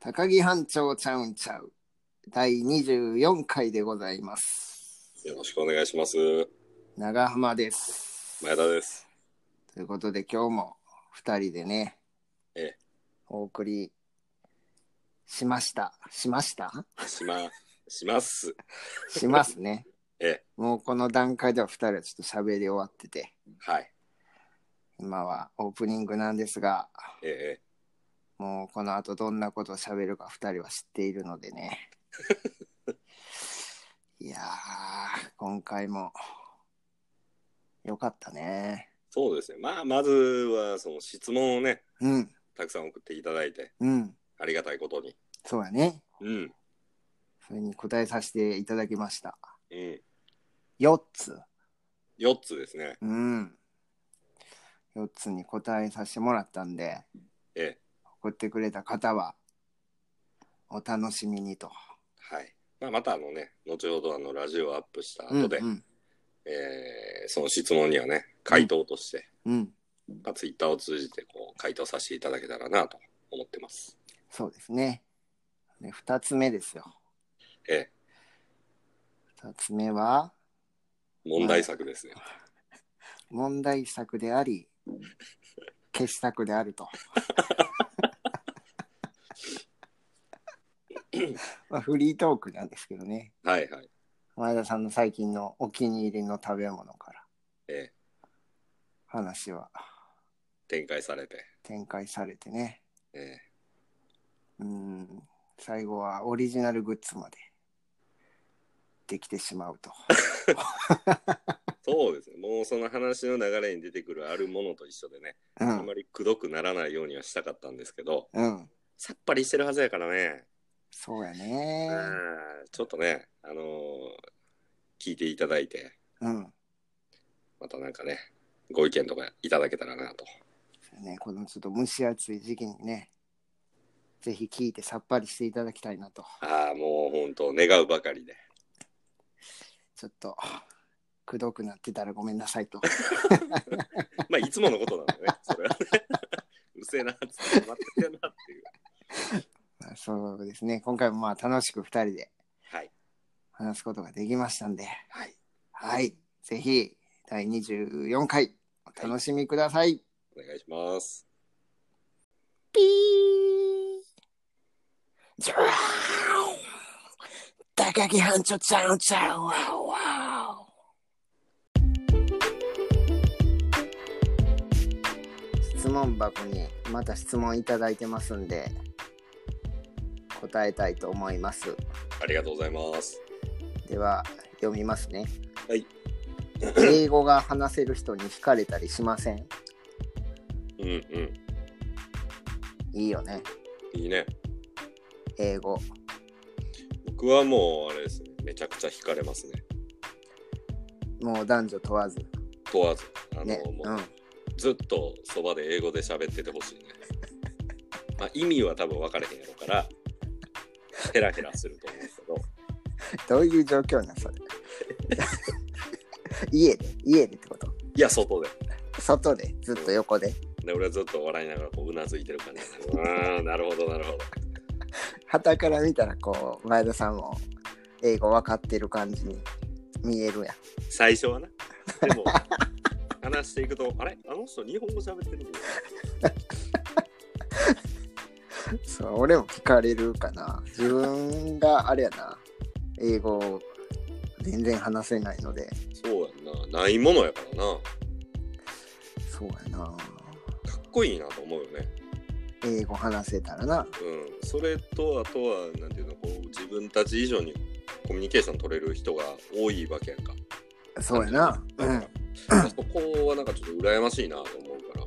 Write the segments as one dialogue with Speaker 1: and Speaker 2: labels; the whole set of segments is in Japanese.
Speaker 1: 高木班長ちゃうんちゃう第24回でございます
Speaker 2: よろしくお願いします。
Speaker 1: 長浜です
Speaker 2: 前田です。
Speaker 1: ということで今日も2人でね、
Speaker 2: ええ
Speaker 1: お送りしましたしました
Speaker 2: しま、します。
Speaker 1: しますね
Speaker 2: え
Speaker 1: もうこの段階では2人はちょっと喋り終わってて
Speaker 2: はい。
Speaker 1: 今はオープニングなんですが
Speaker 2: え
Speaker 1: もうこの後どんなことを喋るか2人は知っているのでね。いやー、今回もよかったね。
Speaker 2: そうですね。まあ、まずは、その質問をね、
Speaker 1: うん、
Speaker 2: たくさん送っていただいて、
Speaker 1: うん、
Speaker 2: ありがたいことに。
Speaker 1: そうやね。
Speaker 2: うん。
Speaker 1: それに答えさせていただきました。
Speaker 2: うん。
Speaker 1: 4つ。
Speaker 2: 4つですね。
Speaker 1: うん。4つに答えさせてもらったんで、
Speaker 2: ええ
Speaker 1: 送ってくれた方は、お楽しみにと。
Speaker 2: はい。まあ、またあのね、後ほどあの、ラジオをアップした後で、
Speaker 1: うん、うん
Speaker 2: えーその質問にはね、回答として、
Speaker 1: うん、
Speaker 2: まあ、ツイッターを通じて、こう、回答させていただけたらなと思ってます。
Speaker 1: そうですね。で、2つ目ですよ。
Speaker 2: ええ
Speaker 1: 2つ目は、
Speaker 2: 問題作ですね。
Speaker 1: 問題作であり傑作であるとまあフリートークなんですけどね
Speaker 2: はいはい。
Speaker 1: 前田さんの最近のお気に入りの食べ物から
Speaker 2: ええ
Speaker 1: 話は
Speaker 2: 展開されて。
Speaker 1: 展開されてね
Speaker 2: ええ
Speaker 1: うん最後はオリジナルグッズまでできてしまうと
Speaker 2: そうですね。もうその話の流れに出てくるあるものと一緒でね、
Speaker 1: う
Speaker 2: あん
Speaker 1: ん
Speaker 2: まりくどくならないようにはしたかったんですけど、
Speaker 1: うん
Speaker 2: さっぱりしてるはずやからね、
Speaker 1: そうや
Speaker 2: う
Speaker 1: ね
Speaker 2: んちょっとね、あのー聞いていただいて、
Speaker 1: うん
Speaker 2: またなんかね、ご意見とかいただけたらなと。
Speaker 1: ね、このちょっと蒸し暑い時期にね、ぜひ聞いてさっぱりしていただきたいなと、
Speaker 2: ああ、もう本当、願うばかりで。
Speaker 1: ちょっと、くどくなってたらごめんなさいと。
Speaker 2: まあ、いつものことなんだ ね、それはね。うるせえな、つって待ってるなっていう。
Speaker 1: まあそうですね、今回もまあ楽しく2人で
Speaker 2: はい。
Speaker 1: 話すことができましたんで、
Speaker 2: はい。
Speaker 1: はい、ぜひ第24回お楽しみください。
Speaker 2: お願いします。
Speaker 1: ピージュワー高木班長ちゃんちゃんわーわー質問箱にまた質問いただいてますんで答えたいと思います
Speaker 2: ありがとうございます。
Speaker 1: では読みますね
Speaker 2: はい
Speaker 1: 英語が話せる人に惹かれたりしません
Speaker 2: うんうん。
Speaker 1: いいよね
Speaker 2: いいね。
Speaker 1: 英語
Speaker 2: 僕はもうあれですねめちゃくちゃ惹かれますね
Speaker 1: もう男女問わず
Speaker 2: 問わずあの、
Speaker 1: ね
Speaker 2: もう
Speaker 1: う、ん
Speaker 2: ずっとそばで英語で喋っててほしいね、 まあ、意味は多分分かれへんやろからヘラヘラすると思う
Speaker 1: どういう状況なんそれ家で家でってこと
Speaker 2: けどいや外で
Speaker 1: 外でずっと横で
Speaker 2: で俺はずっと笑いながらこううなずいてる感じうーんなるほどなるほど
Speaker 1: 旗から見たらこう前田さんも英語分かってる感じに見えるやん
Speaker 2: 最初はなでも 話していくとあれあの人日本語喋ってる
Speaker 1: そう俺も聞かれるかな自分があれやな英語全然話せないので
Speaker 2: そうやんなないものやからな
Speaker 1: そうやな
Speaker 2: かっこいいなと思うよね
Speaker 1: 英語話せたらな
Speaker 2: うん、それとあとはなんていうのこう自分たち以上にコミュニケーション取れる人が多いわけやんか。
Speaker 1: そうやなう
Speaker 2: なん
Speaker 1: ん
Speaker 2: かそこはなんかちょっと羨ましいなと思うから。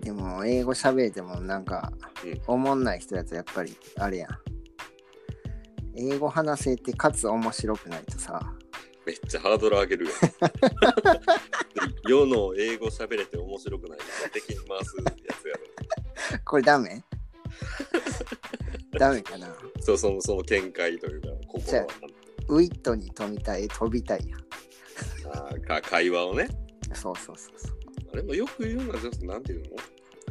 Speaker 1: でも英語喋れてもなんか、
Speaker 2: うん
Speaker 1: おもんない人やとやっぱりあれやん。英語話せてかつ面白くないとさ、
Speaker 2: めっちゃハードル上げるよ。世の英語喋れて面白くない人敵に回すやつやね。
Speaker 1: これダ メダメかな
Speaker 2: そうそのその見解というか心は
Speaker 1: ウィットに飛びたい、飛びたいやん。
Speaker 2: あーか会話をね。
Speaker 1: そうそうそうそう。
Speaker 2: あれもよく言うのはちょっとなんていうの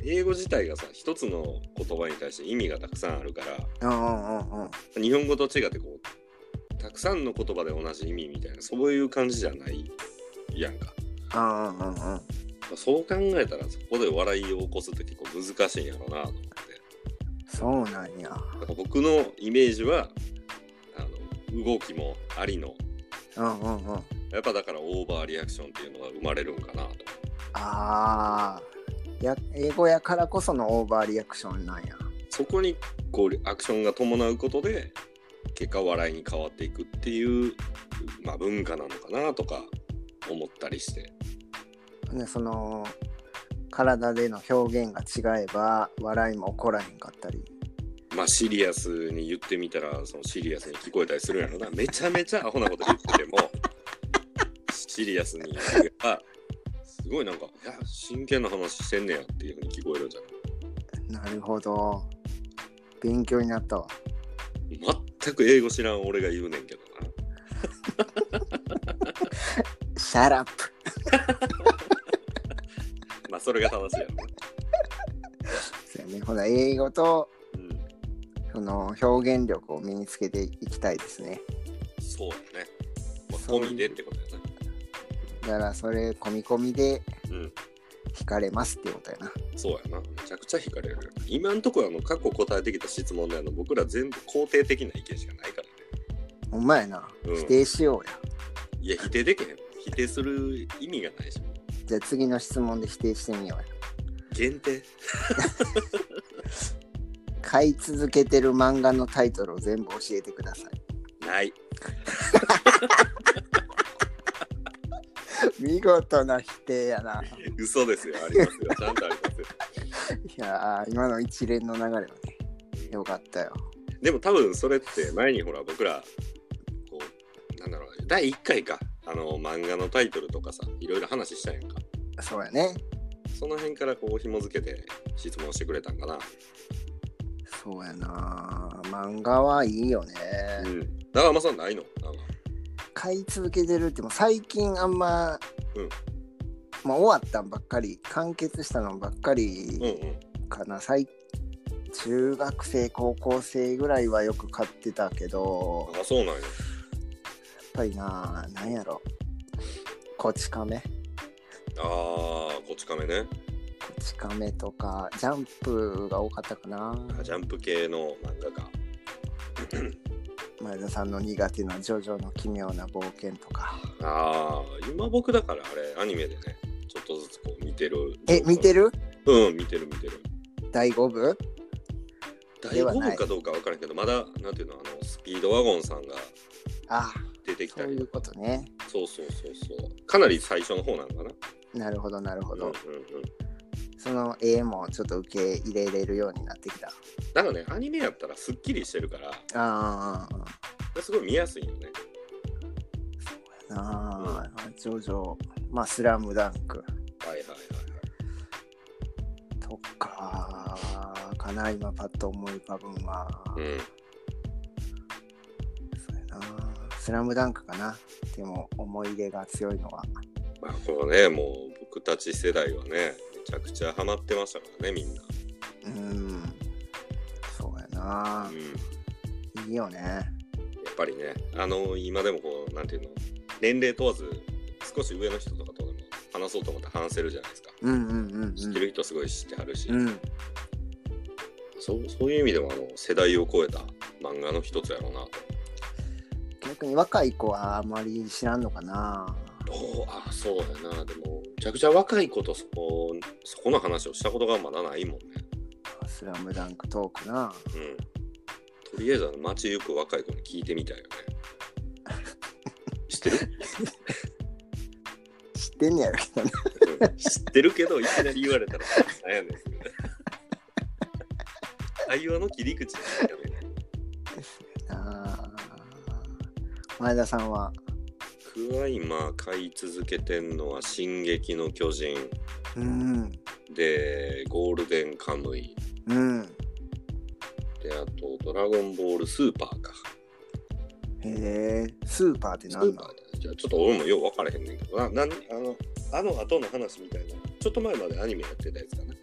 Speaker 2: 英語自体がさ一つの言葉に対して意味がたくさんあるから
Speaker 1: うんうんうんうん。
Speaker 2: 日本語と違ってこうたくさんの言葉で同じ意味みたいなそういう感じじゃないやんか
Speaker 1: うんうんうんうん。
Speaker 2: そう考えたらそこで笑いを起こすって結構難しいんやろうなと思って
Speaker 1: そうなんや。
Speaker 2: だから僕のイメージはあの動きもありの
Speaker 1: うんうんうん。
Speaker 2: やっぱだからオーバーリアクションっていうのが生まれるんかなと
Speaker 1: ああ。や英語やからこそのオーバーリアクションなんや。
Speaker 2: そこにこうアクションが伴うことで結果笑いに変わっていくっていう、まあ、文化なのかなとか思ったりして
Speaker 1: ね、その体での表現が違えば笑いも起こらへんかったり。
Speaker 2: まあシリアスに言ってみたらそのシリアスに聞こえたりするんやろなめちゃめちゃアホなこと言っててもシリアスに言えばすごいなんか「いや真剣な話してんねや」っていうふうに聞こえるじゃん
Speaker 1: なるほど。勉強になったわ。
Speaker 2: 全く英語知らん俺が言うねんけどな
Speaker 1: シャラップ。
Speaker 2: まあそれが正しいやろな、
Speaker 1: そうやね、ほら英語と
Speaker 2: うん、
Speaker 1: その表現力を身につけていきたいですね。
Speaker 2: そうやね、まあ、
Speaker 1: そう
Speaker 2: 込みでってことや
Speaker 1: だ
Speaker 2: な
Speaker 1: からそれ込み込みで
Speaker 2: うん
Speaker 1: 惹かれますっていうことやな。
Speaker 2: そうやな。めちゃくちゃ惹かれるよな。今んところあの過去答えてきた質問であの僕ら全部肯定的な意見しかないからね。
Speaker 1: ほんまやな。
Speaker 2: うん
Speaker 1: 否定しようや。
Speaker 2: いや、否定できへん。否定する意味がないし。
Speaker 1: じゃあ次の質問で否定してみようや。
Speaker 2: 限定
Speaker 1: 買い続けてる漫画のタイトルを全部教えてください。
Speaker 2: ない。
Speaker 1: 見事な否定やな。
Speaker 2: 嘘ですよ。ありますよ。ちゃんとありますよ。
Speaker 1: いやー今の一連の流れはね、
Speaker 2: うん
Speaker 1: よかったよ。
Speaker 2: でも多分それって前にほら僕ら、こう、なんだろうね。第1回か。あの漫画のタイトルとかさ、いろいろ話したやんか。
Speaker 1: そうやね。
Speaker 2: その辺からこう紐付けて質問してくれたんかな。
Speaker 1: そうやな。漫画はいいよね。
Speaker 2: うん。長山さんないのなんか
Speaker 1: 買い続けてるってもう最近あんま、
Speaker 2: うん
Speaker 1: まあ終わったんばっかり、完結したのばっかり
Speaker 2: うんうん。
Speaker 1: かな。最中学生、高校生ぐらいはよく買ってたけど、やっ
Speaker 2: あ、そうなんや。
Speaker 1: ぱりな、なんやろ。こち亀。
Speaker 2: ああ、こち亀ね。
Speaker 1: こち亀とか、ジャンプが多かったかな。
Speaker 2: あジャンプ系の漫画か。
Speaker 1: 前田さんの苦手なジョジョの奇妙な冒険とか。
Speaker 2: ああ、今僕だからあれ、アニメでね、ちょっとずつこう見てる。
Speaker 1: え、見て
Speaker 2: る
Speaker 1: る
Speaker 2: うん、見てる見てる。
Speaker 1: 第5部
Speaker 2: 大
Speaker 1: では
Speaker 2: 丈
Speaker 1: ない
Speaker 2: 夫かどうかわからんけど、まだ、なんていうの、あの、スピードワゴンさんが
Speaker 1: あ
Speaker 2: 出てき
Speaker 1: そ
Speaker 2: た
Speaker 1: う
Speaker 2: り
Speaker 1: いうことね。
Speaker 2: そうそうそうそう。かなり最初の方なのかな。
Speaker 1: なるほど、なるほ
Speaker 2: うんうん
Speaker 1: ど。
Speaker 2: うん。
Speaker 1: その絵もちょっと受け入れれるようになってきた。
Speaker 2: だからね、アニメやったらすっきりしてるから、
Speaker 1: あ
Speaker 2: すごい見やすいよね。
Speaker 1: あ、ああ、ジョジョ、まあ、スラムダンク
Speaker 2: はいはいはいはい。
Speaker 1: とか、かな、今パッと思い浮かぶんは。
Speaker 2: うん、
Speaker 1: そうやな。スラムダンクかな。でも、思い入れが強いのは。
Speaker 2: まあこのねもう僕たち世代はねめちゃくちゃハマってましたからねみんな、
Speaker 1: うん。そうやな
Speaker 2: うん、。や
Speaker 1: いいよね。
Speaker 2: っぱりねあの今でもこうなんていうの年齢問わず少し上の人とかとでも話そうと思って話せるじゃないですか
Speaker 1: うんうんうんうん。
Speaker 2: 知ってる人すごい知ってはるし、
Speaker 1: うん。
Speaker 2: そうそういう意味でもあの世代を超えた漫画の一つやろうなと
Speaker 1: 逆に若い子はあまり知らんのかな。
Speaker 2: どうあそうやなでもめちゃくちゃ若い子とそこそこの話をしたことがまだないもんね
Speaker 1: スラムダンクトークな。
Speaker 2: うんとりあえずあの街行く若い子に聞いてみ たいよね知ってる
Speaker 1: 知ってんねやろけどね。
Speaker 2: うん知ってるけどいきなり言われたら 何やねんそれ会話の切り口なんやね
Speaker 1: あー前田さんは、
Speaker 2: 僕は今買い続けてんのは「進撃の巨人
Speaker 1: うん、」
Speaker 2: で「ゴールデンカムイ
Speaker 1: うん。」
Speaker 2: であと「ドラゴンボールスーパーか」
Speaker 1: へえ、スーパーって
Speaker 2: ス
Speaker 1: 何
Speaker 2: ー
Speaker 1: な
Speaker 2: パー
Speaker 1: の
Speaker 2: だねじゃあちょっと俺もよう分からへんねんけどななんあのあの後の話みたいなちょっと前までアニメやってたやつかな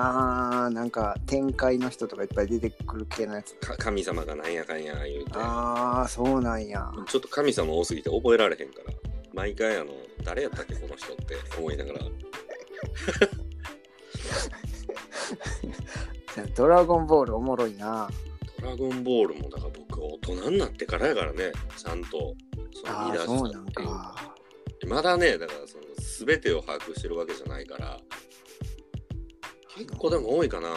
Speaker 1: あー、なんか展開の人とかいっぱい出てくる系のやつ。
Speaker 2: か神様がなんやかんや言うて
Speaker 1: あー、そうなんや。
Speaker 2: ちょっと神様多すぎて覚えられへんから毎回あの誰やったっけこの人って思いながら
Speaker 1: ドラゴンボールおもろいな。
Speaker 2: ドラゴンボールもだから僕大人になってからやからねちゃんとその
Speaker 1: あ
Speaker 2: 見出
Speaker 1: ー、
Speaker 2: し
Speaker 1: そう
Speaker 2: た
Speaker 1: なん
Speaker 2: っていう
Speaker 1: か。
Speaker 2: まだねだからその全てを把握してるわけじゃないから結構でも多いかな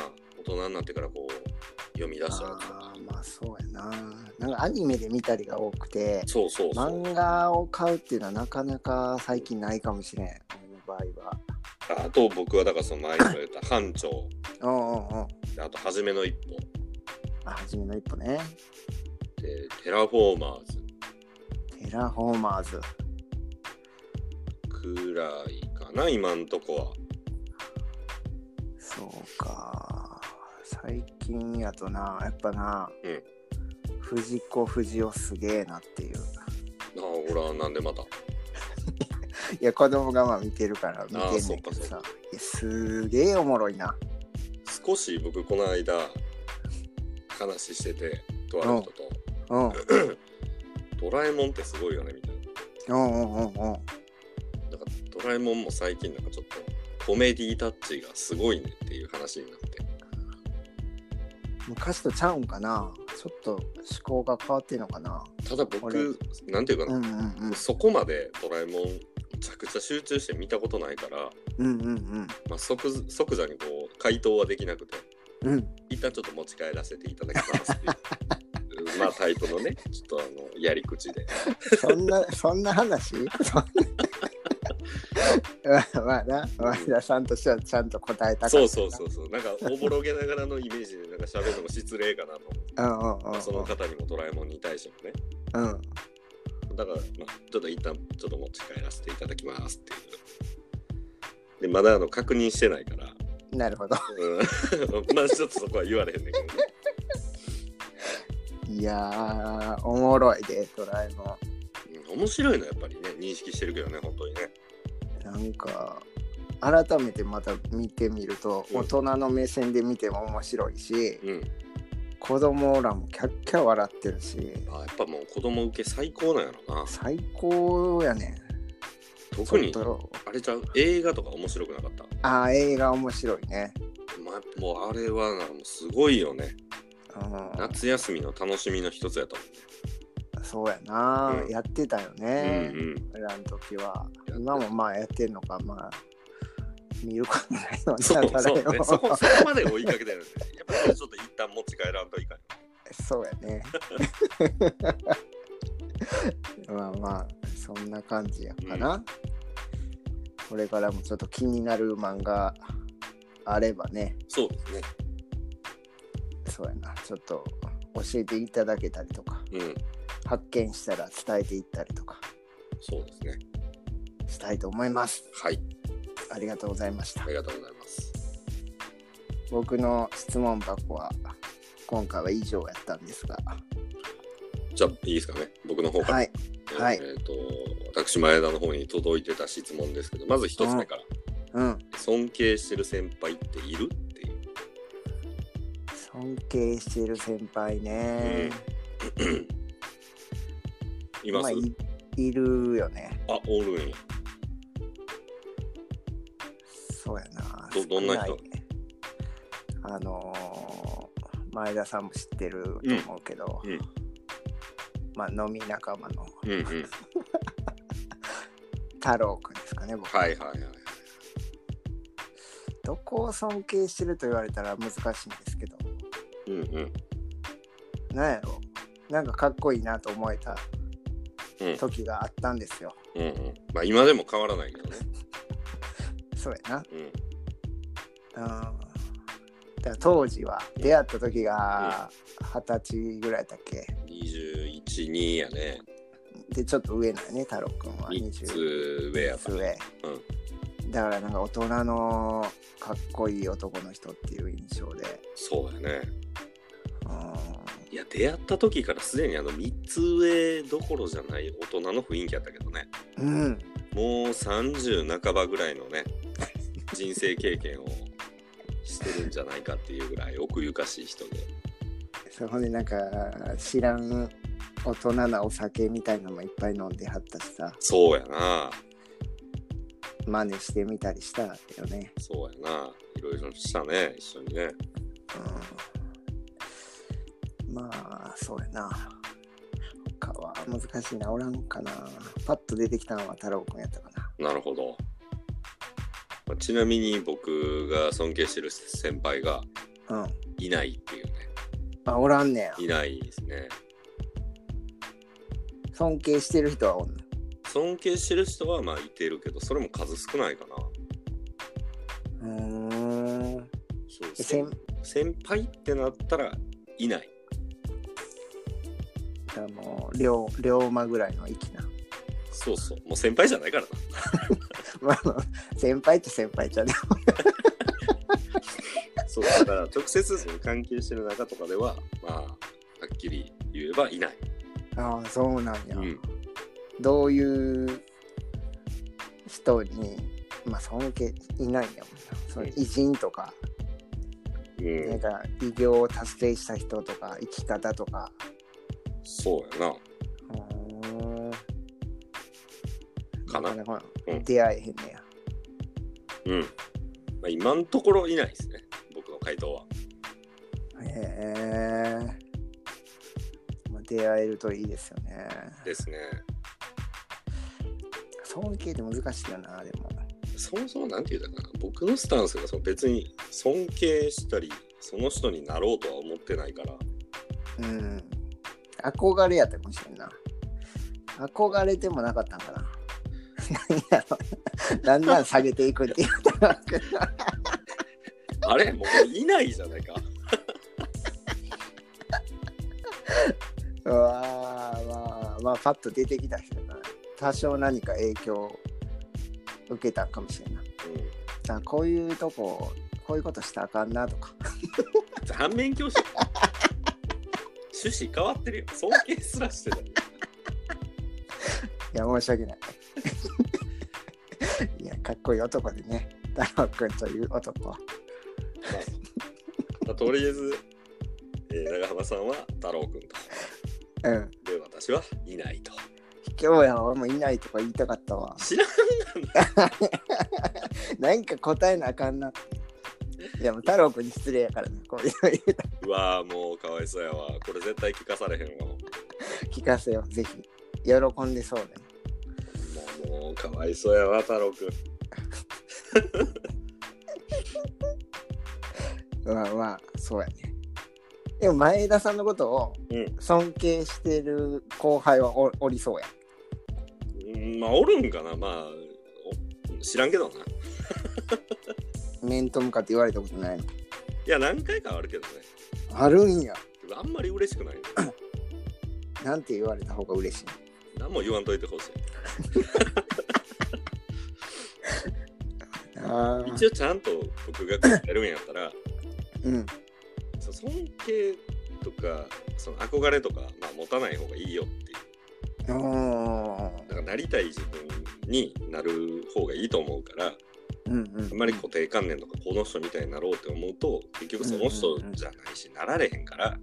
Speaker 2: 大人になってからこう読み出したやつ
Speaker 1: あー、まあそうやな。なんかアニメで見たりが多くて、
Speaker 2: そうそうそう
Speaker 1: 漫画を買うっていうのはなかなか最近ないかもしれん。俺の場合は。
Speaker 2: あと僕はだからその前にも言った班長
Speaker 1: うんうんうん。
Speaker 2: あと初めの一歩
Speaker 1: あ、初めの一歩ね。
Speaker 2: でテラフォーマーズ
Speaker 1: テラフォーマーズ。
Speaker 2: くらいかな今んとこは
Speaker 1: そうか。最近やとな、やっぱな、
Speaker 2: うん
Speaker 1: 藤子不二雄すげえなっていう。
Speaker 2: なあほらなんでまた
Speaker 1: いや、子供がまあ見てるから見てんねんけど
Speaker 2: あーそっ
Speaker 1: さ。いやすげえおもろいな。
Speaker 2: 少し僕この間話しててとある人と
Speaker 1: うん。うん
Speaker 2: 「ドラえもんってすごいよね」みたいな
Speaker 1: うんうんうん。
Speaker 2: だからドラえもんも最近なんかちょっとコメディタッチがすごいねっていう話になって
Speaker 1: 昔とちゃうんかなちょっと思考が変わってんのかな
Speaker 2: ただ
Speaker 1: あれ
Speaker 2: 僕なんていうか
Speaker 1: う
Speaker 2: な、
Speaker 1: んうんうん。
Speaker 2: そこまでドラえもんめちゃくちゃ集中して見たことないから、
Speaker 1: うんうん
Speaker 2: まあ、即即座にこう回答はできなくて
Speaker 1: うん。うん。
Speaker 2: 一旦ちょっと持ち帰らせていただきますっていう うんまあタイプのねちょっとあのやり口 で
Speaker 1: そんな、そんな話そんな まあな、前田さんとしてはちゃんと答えたかった。
Speaker 2: そうそうそううそうなんかおぼろげながらのイメージでなんか喋るのも失礼かなと思って
Speaker 1: うんうんうんう
Speaker 2: ま あその
Speaker 1: ん。
Speaker 2: 方にもドラえもんに対してもね
Speaker 1: うん、
Speaker 2: だから、まあ、ちょっと一旦ちょっと持ち帰らせていただきますっていうでまだあの確認してないから、
Speaker 1: なるほど。
Speaker 2: うん、 まあちょっとそこは言われへんねんけどね
Speaker 1: いやー、おもろいで、ドラえも
Speaker 2: うん面白いのやっぱりね認識してるけどね本当にね
Speaker 1: ん。なんか、改めてまた見てみると、
Speaker 2: うん
Speaker 1: 大人の目線で見ても面白いし、
Speaker 2: うん
Speaker 1: 子供らもキャッキャ笑ってるし、
Speaker 2: あやっぱもう子供受け最高なんやろな
Speaker 1: 最高やね。
Speaker 2: 特に
Speaker 1: ちょっと
Speaker 2: あれちゃう映画とか面白くなかった、
Speaker 1: あー映画面白いね。
Speaker 2: まあ、もうあれはなもうすごいよね
Speaker 1: う
Speaker 2: 夏休みの楽しみの一つやと思
Speaker 1: ん、そうやな、
Speaker 2: うん
Speaker 1: やってたよ
Speaker 2: う、
Speaker 1: ね
Speaker 2: う、んうん
Speaker 1: 俺らの時は
Speaker 2: やってた
Speaker 1: 今もまあやってんのかまあ見ることないのに
Speaker 2: そうそうね
Speaker 1: 誰も
Speaker 2: そこそこまで追いかけてるんで、やっぱりちょっと一旦持ち帰らんといかん。
Speaker 1: そうやね まあまあそんな感じやかな、これからもちょっと気になる漫画あればね
Speaker 2: そうですね。
Speaker 1: そうやなちょっと教えていただけたりとか
Speaker 2: うん、
Speaker 1: 発見したら伝えていったりとか
Speaker 2: そうですね。
Speaker 1: したいと思います
Speaker 2: はい、
Speaker 1: ありがとうございました
Speaker 2: ありがとうございます。
Speaker 1: 僕の質問箱は今回は以上やったんですが
Speaker 2: じゃあ、いいですかね、僕の方から。
Speaker 1: はいはい
Speaker 2: えっ、と、私、前田の方に届いてた質問ですけど、まず一つ目から、
Speaker 1: うん
Speaker 2: 尊敬してる先輩っているっていう。
Speaker 1: 尊敬してる先輩ね、
Speaker 2: います、
Speaker 1: いいるよね
Speaker 2: あ、おるんや。
Speaker 1: そうやな
Speaker 2: どどんな
Speaker 1: 少
Speaker 2: 人
Speaker 1: いねあのー前田さんも知ってると思うけど、
Speaker 2: うんうん
Speaker 1: まあ飲み仲間の
Speaker 2: うんうん。
Speaker 1: 太郎くんですかね僕、
Speaker 2: はいはいはい。
Speaker 1: どこを尊敬してると言われたら難しいんですけど
Speaker 2: うんうん。
Speaker 1: なんやろなんかかっこいいなと思えた
Speaker 2: うん
Speaker 1: 時があったんですよ、
Speaker 2: うんうん。まあ、今でも変わらないけどね。
Speaker 1: そうやな
Speaker 2: うん。
Speaker 1: うんだから当時は出会った時が二十歳ぐらいだっけ
Speaker 2: 21、2やね。
Speaker 1: でちょっと上なんやね太郎くんは
Speaker 2: 3
Speaker 1: 20
Speaker 2: つ上やから。
Speaker 1: 上、だからなんか大人のかっこいい男の人っていう印象で、
Speaker 2: そうやね。
Speaker 1: う
Speaker 2: いや、出会った時からすでにあの3つ上どころじゃない大人の雰囲気やったけどね。
Speaker 1: ん、うん、
Speaker 2: もう30半ばぐらいのね、人生経験をしてるんじゃないかっていうぐらい奥ゆかしい人で
Speaker 1: そこでなんか知らん大人なお酒みたいのもいっぱい飲んではったしさ
Speaker 2: そうやな
Speaker 1: 真似してみたりしたよね、
Speaker 2: そうやないろいろしたね一緒にね
Speaker 1: うん、まあそうやな他は難しいなおらんかなパッと出てきたのは太郎くんやったかな
Speaker 2: なるほど、まあちなみに僕が尊敬してる先輩が
Speaker 1: うん
Speaker 2: いないっていうね
Speaker 1: あおらんねや
Speaker 2: いないですね
Speaker 1: 尊敬してる人はおんの
Speaker 2: 尊敬してる人はまあいてるけどそれも数少ないかな
Speaker 1: うーん
Speaker 2: そう
Speaker 1: え先
Speaker 2: 先先輩ってなったらいない
Speaker 1: あの龍龍馬ぐらいの域な、
Speaker 2: そうそうもう先輩じゃないからな
Speaker 1: まああの、先輩って先輩じゃね
Speaker 2: そうだから直接その関係してる中とかではまあはっきり言えばいない、
Speaker 1: ああそうなんや、
Speaker 2: うん、
Speaker 1: どういう人に、まあ、尊敬いないんやもんな。そうの
Speaker 2: ん
Speaker 1: 偉人とか、
Speaker 2: うん
Speaker 1: なんか偉業を達成した人とか、生き方とか。
Speaker 2: そうやな
Speaker 1: うーん
Speaker 2: かな
Speaker 1: かか
Speaker 2: うん
Speaker 1: 出会えへんねや。
Speaker 2: うん、まあ、今のところいないですね僕の回答は
Speaker 1: へえ。まあ、出会えるといいですよね。
Speaker 2: ですね
Speaker 1: 尊敬って難しいよな、でも。
Speaker 2: そもそも何て言うたかな僕のスタンスがその別に尊敬したりその人になろうとは思ってないから
Speaker 1: うん。憧れやったかもしれんな。憧れてもなかったんかな。 何やろ。だんだん下げていくっていう。
Speaker 2: あれもういないじゃないか
Speaker 1: うわーまあ、まあ、パッと出てきた人やな。多少何か影響を受けたんかもしれんな。
Speaker 2: う
Speaker 1: あこういうとこ、こういうことしたらあかんなとか。
Speaker 2: ん反面教師趣旨変わってるよ尊敬すらしてない
Speaker 1: いや、申し訳ない。 いや、かっこいい男でね。太郎くんという男は。
Speaker 2: まあ、とりあえず、えー長浜さんは太郎くんと、
Speaker 1: うん。
Speaker 2: で、私はいないと。
Speaker 1: 今日や俺もいないとか言いたかったわ。
Speaker 2: 知らん
Speaker 1: なんか答えなあかんなって。いやもう太郎くんに失礼やからな。こういうの言う
Speaker 2: うわー、もうかわいそうやわ。これ絶対聞かされへんわ。も
Speaker 1: の聞かせよう、ぜひ。喜んでそうだよ。
Speaker 2: うもうかわいそうやわ、太郎くん。
Speaker 1: まあまあ、そうやね。でも前田さんのことを
Speaker 2: うん
Speaker 1: 尊敬してる後輩はおおりそうや。
Speaker 2: うんまあ、おるんかな、まあ、お知らんけどな。い
Speaker 1: 面と向かって言われたことないの。
Speaker 2: や、何回かはあるけどね。
Speaker 1: あるんや。
Speaker 2: でもあんまり嬉しくない。
Speaker 1: なんて言われた方が嬉しいの。
Speaker 2: 何も言わんといてほしい。
Speaker 1: ああ。
Speaker 2: 一応、ちゃんと僕が答えるんやったら、
Speaker 1: うん。
Speaker 2: そう尊敬とか、その憧れとか、まあ、持たない方がいいよっていう。
Speaker 1: お
Speaker 2: だからなりたい自分になる方がいいと思うから
Speaker 1: うん
Speaker 2: あ
Speaker 1: うんん。
Speaker 2: まり固定観念とかこの人みたいになろうって思うと結局その人じゃないしなられへんから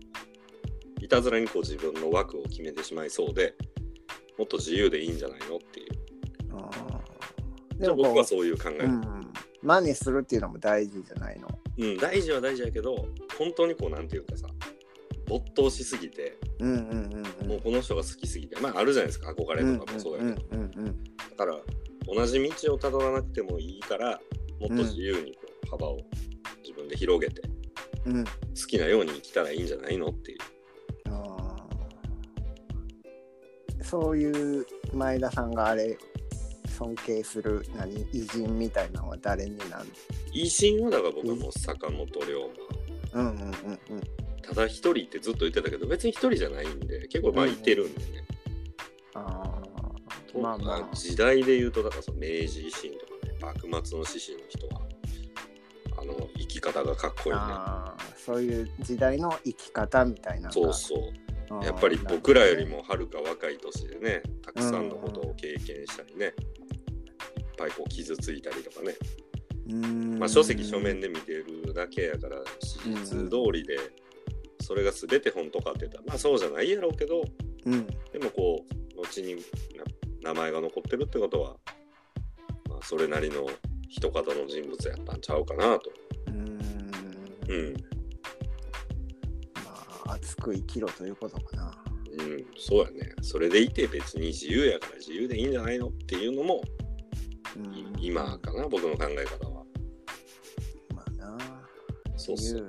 Speaker 2: いたずらにこう自分の枠を決めてしまいそうでもっと自由でいいんじゃないのっていう
Speaker 1: あー
Speaker 2: じ
Speaker 1: で
Speaker 2: ゃあ
Speaker 1: もこ
Speaker 2: 僕
Speaker 1: う
Speaker 2: は、そういう考え、
Speaker 1: う
Speaker 2: うん
Speaker 1: ん。真似するっていうのも大事じゃないの。
Speaker 2: 大事は大事やけど本当にこうなんていうかさ没頭しすぎて
Speaker 1: うんうんうんうん。
Speaker 2: もうこの人が好きすぎてまああるじゃないですか憧れとかもそうやけど、
Speaker 1: うんうんうんうん
Speaker 2: だから同じ道をたどらなくてもいいからもっと自由にこう幅を自分で広げて好
Speaker 1: うんうん
Speaker 2: きなように生きたらいいんじゃないのっていう
Speaker 1: あーそういう前田さんがあれ尊敬する何偉人みたいなのは誰になる
Speaker 2: 維新はだから僕はもう坂本龍
Speaker 1: う
Speaker 2: 馬
Speaker 1: んうんうんうん
Speaker 2: ただ一人ってずっと言ってたけど別に一人じゃないんで結構まあいてるんでね、
Speaker 1: あ
Speaker 2: と
Speaker 1: ーまあまあ
Speaker 2: 時代で言うとだからその明治維新とかね幕末の志士の人はあの生き方がかっこいいね
Speaker 1: あーそういう時代の生き方みたいなの
Speaker 2: そう
Speaker 1: が
Speaker 2: そう
Speaker 1: あー
Speaker 2: やっぱり僕らよりもはるか若い年でね、たくさんのことを経験したりね、いっぱいこう傷ついたりとかね、
Speaker 1: うん
Speaker 2: まあ、書籍書面で見てるだけやから史実通りでそれが全て本とかって言ったらまあそうじゃないやろうけど
Speaker 1: うん
Speaker 2: でもこう後にな名前が残ってるってことは、まあ、それなりの一方の人物やったんちゃうかなと。
Speaker 1: うん
Speaker 2: うん
Speaker 1: まあ熱く生きろということかな
Speaker 2: うん、そうやね。それでいて別に自由やから自由でいいんじゃないのっていうのも
Speaker 1: うん
Speaker 2: い今かな、僕の考え方は。
Speaker 1: まあな
Speaker 2: そうっす
Speaker 1: 自。由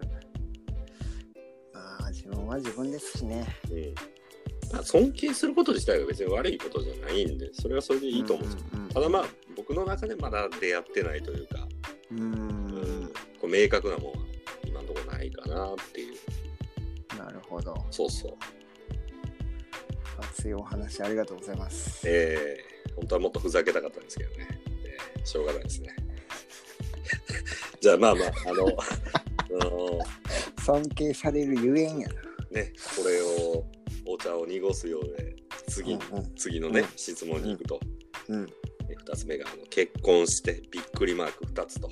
Speaker 1: まあ自分は自分ですしね
Speaker 2: うんまあ、尊敬すること自体が別に悪いことじゃないんで、それはそれでいいと思うんですよ。
Speaker 1: うんうん
Speaker 2: ただまあ、僕の中でまだ出会ってないというか、
Speaker 1: うん
Speaker 2: うん、こう明確なもんは今のところないかなっていう。
Speaker 1: なるほど
Speaker 2: そうそう。
Speaker 1: 熱いお話ありがとうございます
Speaker 2: えー、本当はもっとふざけたかったんですけどね、えーしょうがないですね。 じゃあまあまあ、あの、 あの
Speaker 1: 尊敬されるゆえんやな
Speaker 2: ね、これをお茶を濁すようで、次に、
Speaker 1: うん
Speaker 2: 次のね、
Speaker 1: うん
Speaker 2: 質問に行くと、
Speaker 1: うん
Speaker 2: え2つ目があの結婚してびっくりマーク2つと、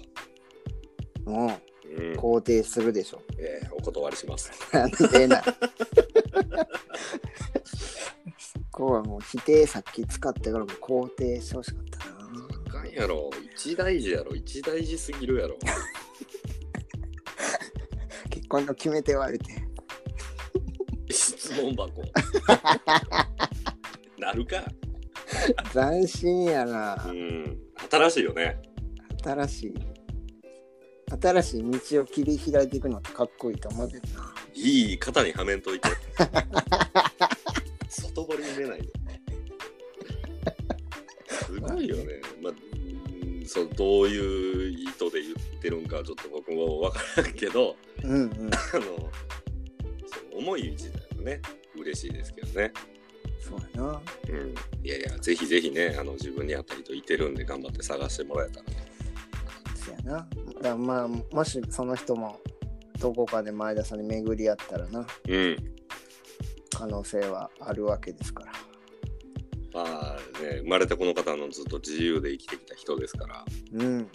Speaker 1: も
Speaker 2: うん
Speaker 1: う肯定するでしょ
Speaker 2: えーお断りします。
Speaker 1: なんでなそこはもう否定さっき使ってからも肯定してほしかったな
Speaker 2: あかんやろ、一大事やろ、一大事すぎるやろ。
Speaker 1: 結婚の決め手をあげて
Speaker 2: 質問 箱。なるか。
Speaker 1: 斬新や
Speaker 2: う、
Speaker 1: なん
Speaker 2: 新しいよね。
Speaker 1: 新しい新しい道を切り開いていくのってかっこいいと思うけどない
Speaker 2: い肩にはめんと いて。外堀に出ないで。すごいよね。まあ、うんそうどういう意図で言ってるんかちょっと僕も分からんけど、
Speaker 1: うんうん
Speaker 2: あの、そう思い自体はね、嬉しいですけどね。
Speaker 1: そうやな
Speaker 2: うん。いやいや、ぜひぜひね、あの自分に合った人いてるんで頑張って探してもらえたら。
Speaker 1: そうやなだからまあもしその人もどこかで前田さんに巡り合ったらな
Speaker 2: うん。
Speaker 1: 可能性はあるわけですから
Speaker 2: まあね、生まれてこの方のずっと自由で生きてきた人ですから。
Speaker 1: うん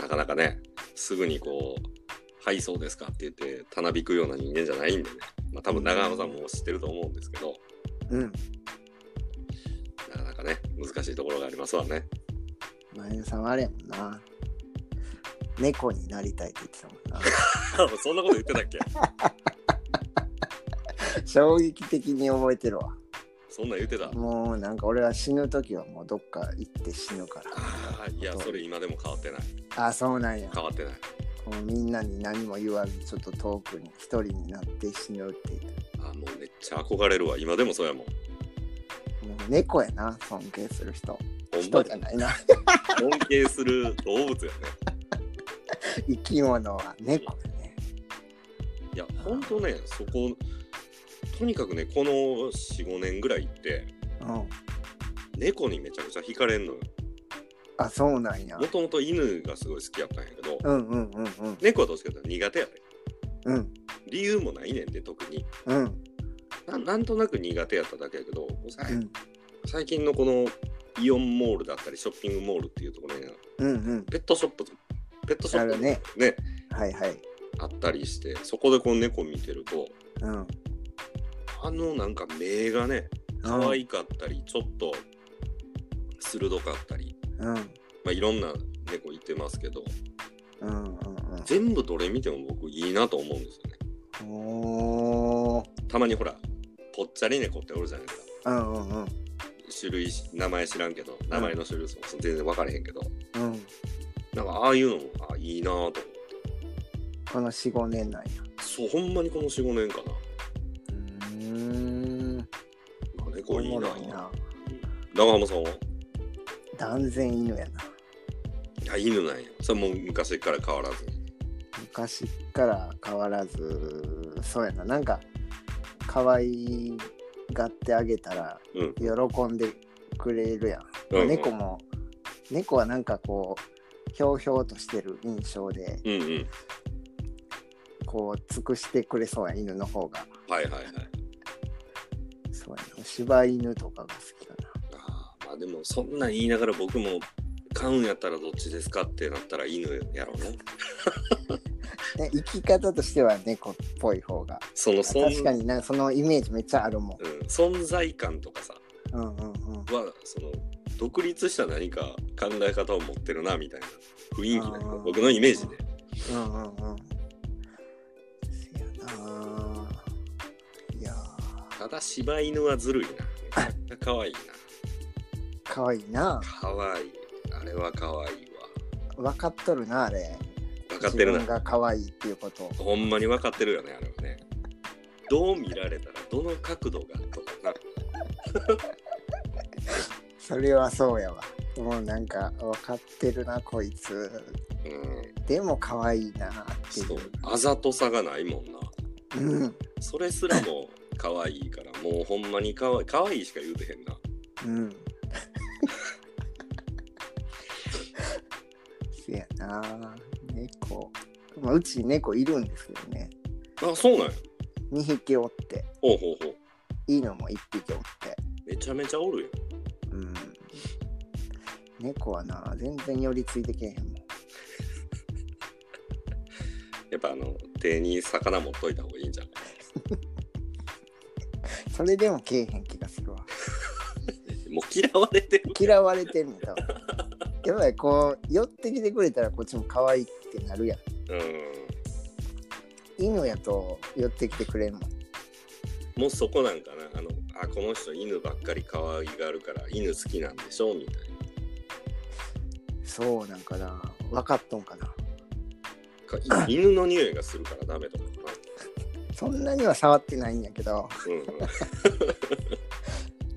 Speaker 2: なかなかね、すぐにこう、はい、そうですかって言って、たなびくような人間じゃないんでね、まあ多分長山さんも知ってると思うんですけど、
Speaker 1: うん
Speaker 2: なかなかね、難しいところがありますわね。
Speaker 1: 前田さんはあれやもんな猫になりたいって言ってたもんな
Speaker 2: そんなこと言ってたっけ
Speaker 1: 衝撃的に覚えてるわ
Speaker 2: そんなん言ってた。
Speaker 1: もうなんか俺は死ぬ時はもうどっか行って死ぬから
Speaker 2: ああ、いや、それ今でも変わってない。
Speaker 1: あそうなんや
Speaker 2: 変わってない。
Speaker 1: こうみんなに何も言わずちょっと遠くに一人になって死ぬっていう
Speaker 2: ああ、もうめっちゃ憧れるわ。今でもそうやもん。
Speaker 1: もう猫やな尊敬する人
Speaker 2: ほんま
Speaker 1: 人じゃ
Speaker 2: に
Speaker 1: ないな
Speaker 2: 尊敬する動物やね。
Speaker 1: 生き物は猫やね
Speaker 2: いや、ほんとね、そこ、とにかくね、この4、5年ぐらいって、
Speaker 1: うん
Speaker 2: 猫にめちゃくちゃ惹かれんのよ。
Speaker 1: あそうなんや
Speaker 2: もともと犬がすごい好きやったんやけど、
Speaker 1: うんうんうんうん
Speaker 2: 猫はどっちかというと苦手やね
Speaker 1: うん
Speaker 2: 理由もないねんで特に
Speaker 1: うん
Speaker 2: ななんとなく苦手やっただけやけどさ
Speaker 1: うん
Speaker 2: 最近のこのイオンモールだったりショッピングモールっていうところに
Speaker 1: うんうん
Speaker 2: ペットショップペットショッ
Speaker 1: あ
Speaker 2: プ
Speaker 1: るねはいはい
Speaker 2: あったりしてそこでこの猫見てると
Speaker 1: うん
Speaker 2: あのなんか目がね可愛かったり、ちょっと鋭かったり、
Speaker 1: うん
Speaker 2: まあ、いろんな猫いてますけど
Speaker 1: うんうん
Speaker 2: 全部どれ見ても僕いいなと思うんですよね
Speaker 1: うんおー
Speaker 2: たまにほらぽっちゃり猫っておるじゃないですか
Speaker 1: うんうんうん
Speaker 2: 種類名前知らんけど名前の種類も全然分かれへんけど、
Speaker 1: うん
Speaker 2: なんかああいうのもあいいなぁと思って
Speaker 1: この45年なんや
Speaker 2: そうほんまにこの45年かな、
Speaker 1: うーん
Speaker 2: まあ、猫
Speaker 1: お
Speaker 2: いい
Speaker 1: も
Speaker 2: な
Speaker 1: ろい
Speaker 2: ぁ
Speaker 1: な
Speaker 2: 長浜さんは
Speaker 1: 断然犬やない
Speaker 2: や犬なんやそれもう昔から変わらず
Speaker 1: 昔から変わらずそうやななんか可愛がってあげたら
Speaker 2: うん
Speaker 1: 喜んでくれるやん、
Speaker 2: うん
Speaker 1: 猫も猫はなんかこうひょうひょうとしてる印象で
Speaker 2: うんうん
Speaker 1: こう尽くしてくれそうやん犬の方が
Speaker 2: はいはいはい
Speaker 1: そうやな柴犬とかが好きかな
Speaker 2: あーまあでもそんなん言いながら僕も買うんやったらどっちですかってなったら犬やろうね。
Speaker 1: ね生き方としては猫っぽい方が。
Speaker 2: その存
Speaker 1: 確かになんかそのイメージめっちゃあるもん。
Speaker 2: うん、存在感とかさ
Speaker 1: うんうんうん。
Speaker 2: はその独立した何か考え方を持ってるなみたいな雰囲気だ
Speaker 1: あー
Speaker 2: よ僕のイメージで。
Speaker 1: うんうんうん。せやなぁいやー
Speaker 2: ただ柴犬はずるいな。めちゃ可愛いな。
Speaker 1: かわいいな
Speaker 2: 可愛い。あれは可愛いわ。
Speaker 1: 分かっとるなあれ。
Speaker 2: 分かってる
Speaker 1: 自分。
Speaker 2: な
Speaker 1: が可愛いっていうことを。
Speaker 2: ほんまに分かってるよね、あれはね。どう見られたら、どの角度がとかな。
Speaker 1: それはそうやわ。もうなんか分かってるなこいつ。
Speaker 2: うん。
Speaker 1: でも可愛いなってい
Speaker 2: そうう。。あざとさがないもんな。
Speaker 1: うん
Speaker 2: それすらも可愛いから、もうほんまに可愛い。可愛いしか言うてへんな。
Speaker 1: うん。せやな猫。まあ、うち猫いるんですけどね。
Speaker 2: あ、そうなんや。
Speaker 1: 2匹おって、
Speaker 2: ほうほうほう。
Speaker 1: いいのも1匹おって。
Speaker 2: めちゃめちゃおるよ。
Speaker 1: うん。猫はな全然寄りついてけえへんもん。
Speaker 2: やっぱあの、手に魚持っといた方がいいんじゃない
Speaker 1: それでもけえへん気がするわ。
Speaker 2: もう嫌われてる。
Speaker 1: 嫌われてんねん、多分。やばい、こう、寄ってきてくれたらこっちも可愛いってなるやん。
Speaker 2: うん。
Speaker 1: 犬やと寄ってきてくれんもん。
Speaker 2: もうそこなんかな。あの、あ、この人犬ばっかり可愛がるから、犬好きなんでしょみたいな。
Speaker 1: そうなんかな分かっとんかな。
Speaker 2: かい犬の匂いがするからダメとかかな。
Speaker 1: そんなには触ってないんやけど。
Speaker 2: うんう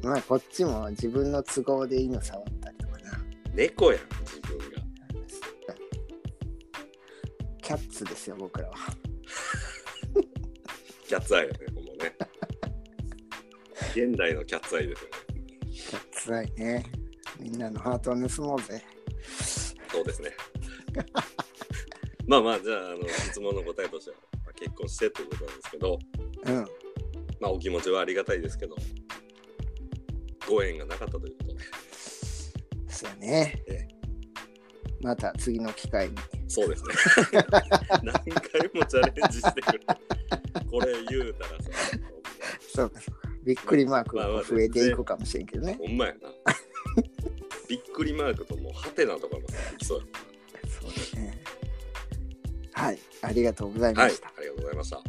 Speaker 2: ん、
Speaker 1: まあこっちも自分の都合で犬触ったりとかな。
Speaker 2: 猫やん自分が
Speaker 1: キャッツですよ、僕らは。
Speaker 2: キャッツアイやねほんまね現代のキャッツアイですよね
Speaker 1: キャッツアイね。みんなのハートを盗もうぜ。
Speaker 2: そうですねまあまあじゃああの質問の答えとしては、まあ、結婚してということなんですけど
Speaker 1: うん。
Speaker 2: まあお気持ちはありがたいですけどご縁がなかったということで
Speaker 1: そうやね
Speaker 2: ええ。
Speaker 1: また次の機会に。
Speaker 2: そ うですね何回もチャレンジしてくるこれ言うたらさ
Speaker 1: そうかそうか。びっくりマークがこう増えていくかもしれんけどね。
Speaker 2: ほんまやなびっくりマークともうハテナとかもできそうやもんな
Speaker 1: そうだね。はい。ありがとうござい
Speaker 2: は
Speaker 1: ま
Speaker 2: い
Speaker 1: した。、
Speaker 2: ありがとうございました。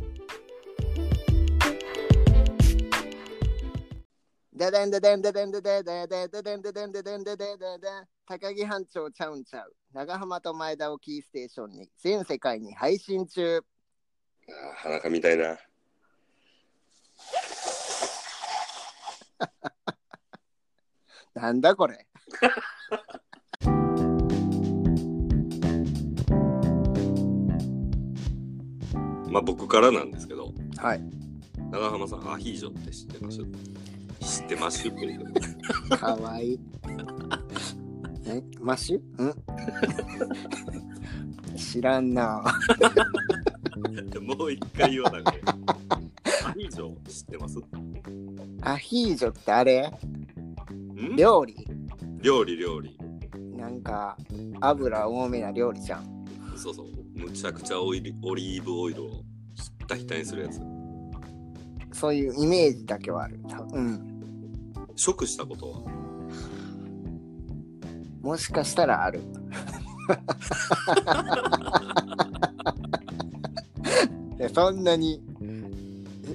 Speaker 1: ダダンダダンダダンダダダダダダンダダンダダンダダダダ高木班長ちゃうんちゃう長浜と前田をキーステーションに全世界に配信中
Speaker 2: あー裸みたいな。
Speaker 1: なんだこれ
Speaker 2: まあ僕からなんですけど、
Speaker 1: はい
Speaker 2: 長浜さん、アヒージョって知ってます知ってますっていう。
Speaker 1: かわいいえマッシュん知らんな
Speaker 2: もう一回言わなきゃ。アヒージョ知ってますん
Speaker 1: アヒージョってあれ料理
Speaker 2: 料理料理。
Speaker 1: なんか油多めな料理じゃん
Speaker 2: そうそう。むちゃくちゃオイルオリーブオイルをひったひたにするやつ。
Speaker 1: そういうイメージだけはある多分うん
Speaker 2: 食したことは
Speaker 1: もしかしたらある いやそんなに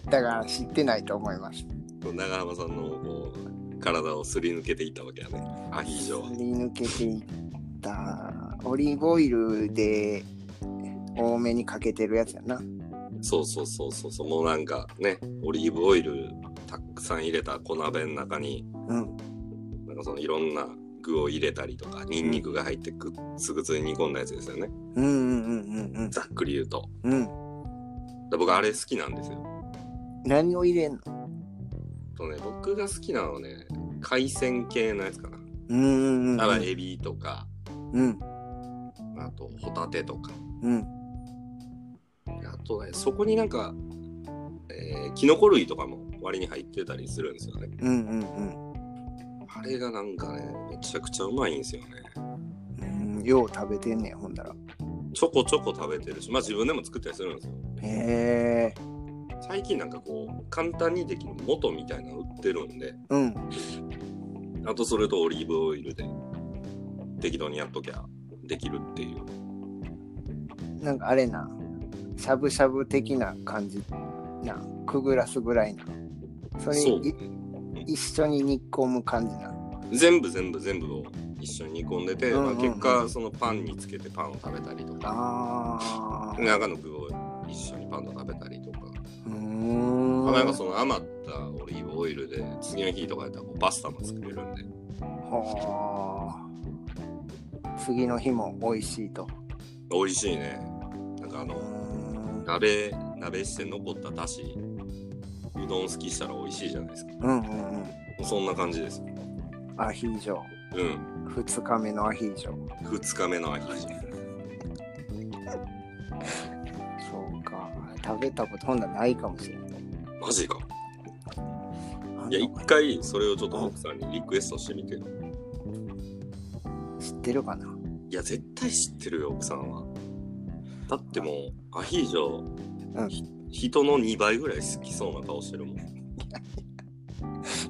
Speaker 1: だから知ってないと思います。
Speaker 2: 長浜さんのこう体をすり抜けていったわけやね。アヒージョは
Speaker 1: す。り抜けていったオリーブオイルで多めにかけてるやつやな。
Speaker 2: そうそうそうそうそう、もうなんかね、オリーブオイルたくさん入れた小鍋の中に、
Speaker 1: うん。
Speaker 2: なんかそのいろんな具を入れたりとか、ニンニクが入ってくっつぐつに煮込んだやつですよね。
Speaker 1: うんうんうん
Speaker 2: ざっくり言うと。
Speaker 1: うんうん。うん。
Speaker 2: で僕あれ好きなんですよ。
Speaker 1: 何を入れんの
Speaker 2: とね、僕が好きなのはね、海鮮系のやつかな。
Speaker 1: うんうんうん。
Speaker 2: だからエビとか、
Speaker 1: うん
Speaker 2: あとホタテとか。
Speaker 1: うん。
Speaker 2: あとね、そこになんか、えーキノコ類とかも割に入ってたりするんですよね。
Speaker 1: うんうんうん。
Speaker 2: あれがなんかね、めちゃくちゃうまいんですよね。
Speaker 1: うん、よう食べてんねん、ほんだら。
Speaker 2: ちょこちょこ食べてるし、まあ自分でも作ったりするんですよ。
Speaker 1: へえ。
Speaker 2: 最近なんかこう、簡単にできる元みたいなの売ってるんで、
Speaker 1: うん。
Speaker 2: あとそれとオリーブオイルで適当にやっときゃできるっていう。
Speaker 1: なんかあれな、しゃぶしゃぶ的な感じな、くぐらすぐらいな。それ
Speaker 2: そう
Speaker 1: に。い一緒に煮込む感じな。
Speaker 2: 全部全部全部を一緒に煮込んでて、
Speaker 1: うんうんうん
Speaker 2: まあ、結果そのパンにつけてパンを食べたりとか、
Speaker 1: あー。
Speaker 2: 長野具を一緒にパンと食べたりとか、
Speaker 1: うーん。
Speaker 2: まあなんかその余ったオリーブオイルで次の日とかやったらこうパスタも作れるんで、
Speaker 1: はあ。次の日も美味しいと。
Speaker 2: 美味しいね。なんかあ
Speaker 1: うー
Speaker 2: の、
Speaker 1: ん
Speaker 2: 鍋、鍋して残っただし、うどん好きしたら美味しいじゃないですか。
Speaker 1: うんうんうん。
Speaker 2: そんな感じです。
Speaker 1: アヒージョ。
Speaker 2: うん。
Speaker 1: 2日目のアヒージョ。
Speaker 2: 二日目のアヒージョ。
Speaker 1: そうか。食べたことほんならないかもしれない。
Speaker 2: マジか。
Speaker 1: あん
Speaker 2: いや、
Speaker 1: の
Speaker 2: 一
Speaker 1: か
Speaker 2: 回それをちょっと奥さんにリクエストしてみて。
Speaker 1: 知ってるかない
Speaker 2: や、絶対知ってるよ、奥さんは。だってもう、アヒージョ、
Speaker 1: うん
Speaker 2: ひ人の2倍ぐらい好きそうな顔してるもん。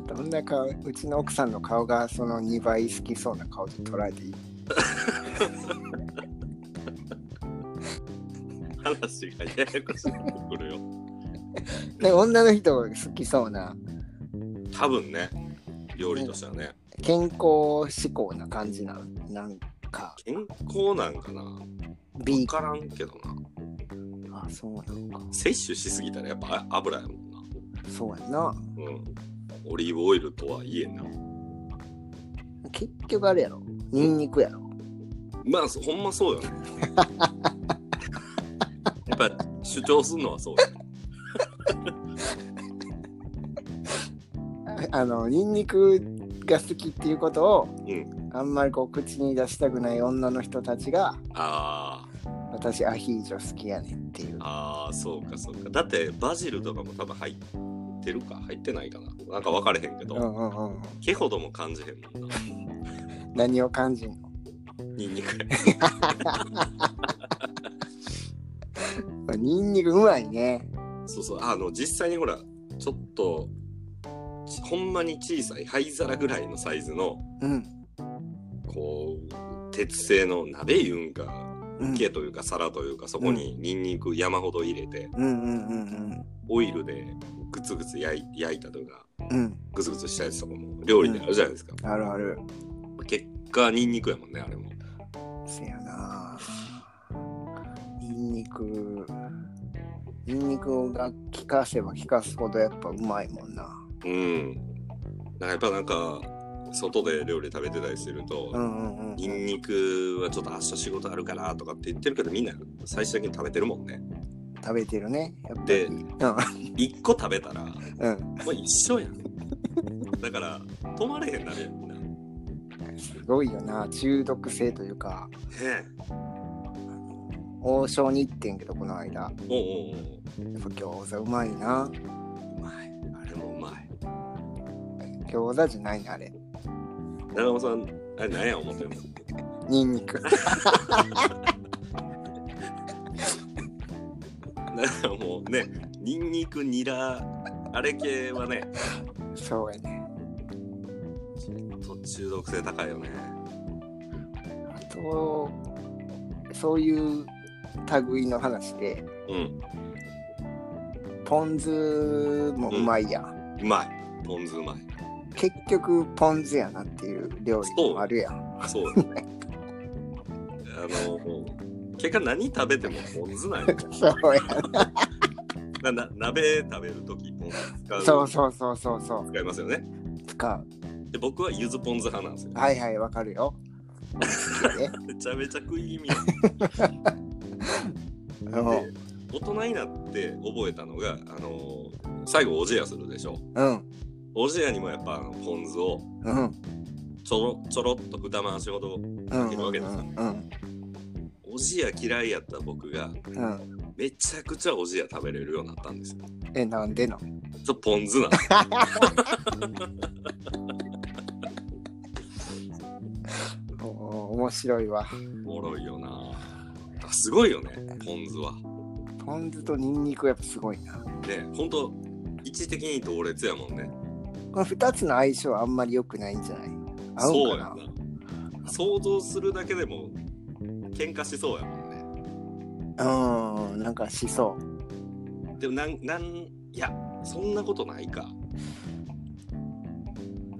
Speaker 1: どんな顔うちの奥さんの顔がその2倍好きそうな顔で捉えていい
Speaker 2: 話がややこしくなってくるよ。
Speaker 1: で女の人が好きそうな
Speaker 2: 多分ね、料理としてはね、
Speaker 1: 健康志向な感じななんか
Speaker 2: 健康なんかな。分
Speaker 1: B
Speaker 2: からんけどな。
Speaker 1: あそうなのか
Speaker 2: 摂取しすぎたらやっぱあ油やもんな。
Speaker 1: そうやな
Speaker 2: うん。オリーブオイルとはいえな。
Speaker 1: 結局あれやろニンニクやろ
Speaker 2: まあ、そほんまそ うよね。やっぱ主張するのはそうよね。
Speaker 1: ああのニンニクが好きっていうことを、
Speaker 2: うん
Speaker 1: あんまりこう口に出したくない女の人たちが
Speaker 2: ああ。
Speaker 1: 私アヒージョ好きやねんっていう
Speaker 2: ああそうかそうかだってバジルとかも多分入ってるか入ってないかななんか分かれへんけど、
Speaker 1: うんうんうん
Speaker 2: 毛ほども感じへんもんな
Speaker 1: 何を感じんの
Speaker 2: ニンニク
Speaker 1: ニンニクうまいね
Speaker 2: そうそうあの実際にほらちょっとちほんまに小さい灰皿ぐらいのサイズの
Speaker 1: うん
Speaker 2: こう鉄製の鍋いうんか
Speaker 1: うん
Speaker 2: 毛というか皿というかそこにニンニク山ほど入れて
Speaker 1: うんうんうん
Speaker 2: オイルでグツグツ焼い焼いたというか
Speaker 1: うんうん
Speaker 2: グツグツしたやつとかも料理であるじゃないですか、
Speaker 1: あるある
Speaker 2: 結果ニンニクやもんねあれも
Speaker 1: せやなニンニクニンニクが効かせば効かすほどやっぱうまいもんな
Speaker 2: うん。だからやっぱなんか、外で料理食べてたりすると、
Speaker 1: うんうん
Speaker 2: ニ
Speaker 1: うん
Speaker 2: ンニクはちょっと明日仕事あるからとかって言ってるけど、みんな最終的に食べてるもんね。
Speaker 1: 食べてるねやっぱ
Speaker 2: で
Speaker 1: りう
Speaker 2: 一個食べたら、も
Speaker 1: ん
Speaker 2: う一緒やん。だから、止まれへんなるやんみんな。ね
Speaker 1: うんすごいよな中毒性というか
Speaker 2: え。
Speaker 1: 王将に行ってんけどこの間やっ
Speaker 2: おうおうおう
Speaker 1: ぱ餃子うまいな
Speaker 2: うまい。あれもうまい。
Speaker 1: 餃子じゃないなあれ
Speaker 2: 長山さん、あれ何や思ってるの
Speaker 1: ニンニク
Speaker 2: だからもうね、ニンニク、ニラ、あれ系はね、
Speaker 1: そうやね
Speaker 2: 途中毒性高いよね。
Speaker 1: あとそういう類の話で
Speaker 2: うん。
Speaker 1: ポン酢もうまいやん
Speaker 2: うまい。ポン酢うまい。
Speaker 1: 結局ポン酢やなっていう料理もあるやん
Speaker 2: そうよね。あの、結果何食べてもポン酢なんよ。
Speaker 1: そうや
Speaker 2: なな鍋食べるときポン酢使う
Speaker 1: そうそうそうそうそ
Speaker 2: 使いますよね。
Speaker 1: う使う
Speaker 2: で、僕はゆずポン酢派なんですよ。
Speaker 1: はいはいわかるよ
Speaker 2: めちゃめちゃ食い気味
Speaker 1: うん
Speaker 2: で、大人になって覚えたのが、あの、最後おじやするでしょ。
Speaker 1: うん
Speaker 2: おじやにもやっぱあのポン酢を
Speaker 1: うん
Speaker 2: ちょろちょろっと二回しほど、
Speaker 1: うん
Speaker 2: いるわけですよ
Speaker 1: うん
Speaker 2: おじや嫌いやった僕が
Speaker 1: うん
Speaker 2: めちゃくちゃおじや食べれるようになったんですよ。
Speaker 1: えなんでの
Speaker 2: ちょっとポ ン酢なんです
Speaker 1: おお面白いわ。
Speaker 2: おもろいよなすごいよねポン酢は
Speaker 1: ポン酢とニンニクやっぱすごいな。
Speaker 2: ねほんと位置的に同列やもんね
Speaker 1: この2つの相性はあんまり良くないんじゃない合
Speaker 2: そう
Speaker 1: か
Speaker 2: うや
Speaker 1: な
Speaker 2: な想像するだけでも喧嘩しそうやもんね
Speaker 1: ううん、なんかしそう。
Speaker 2: でもなんなんいやそんなことないか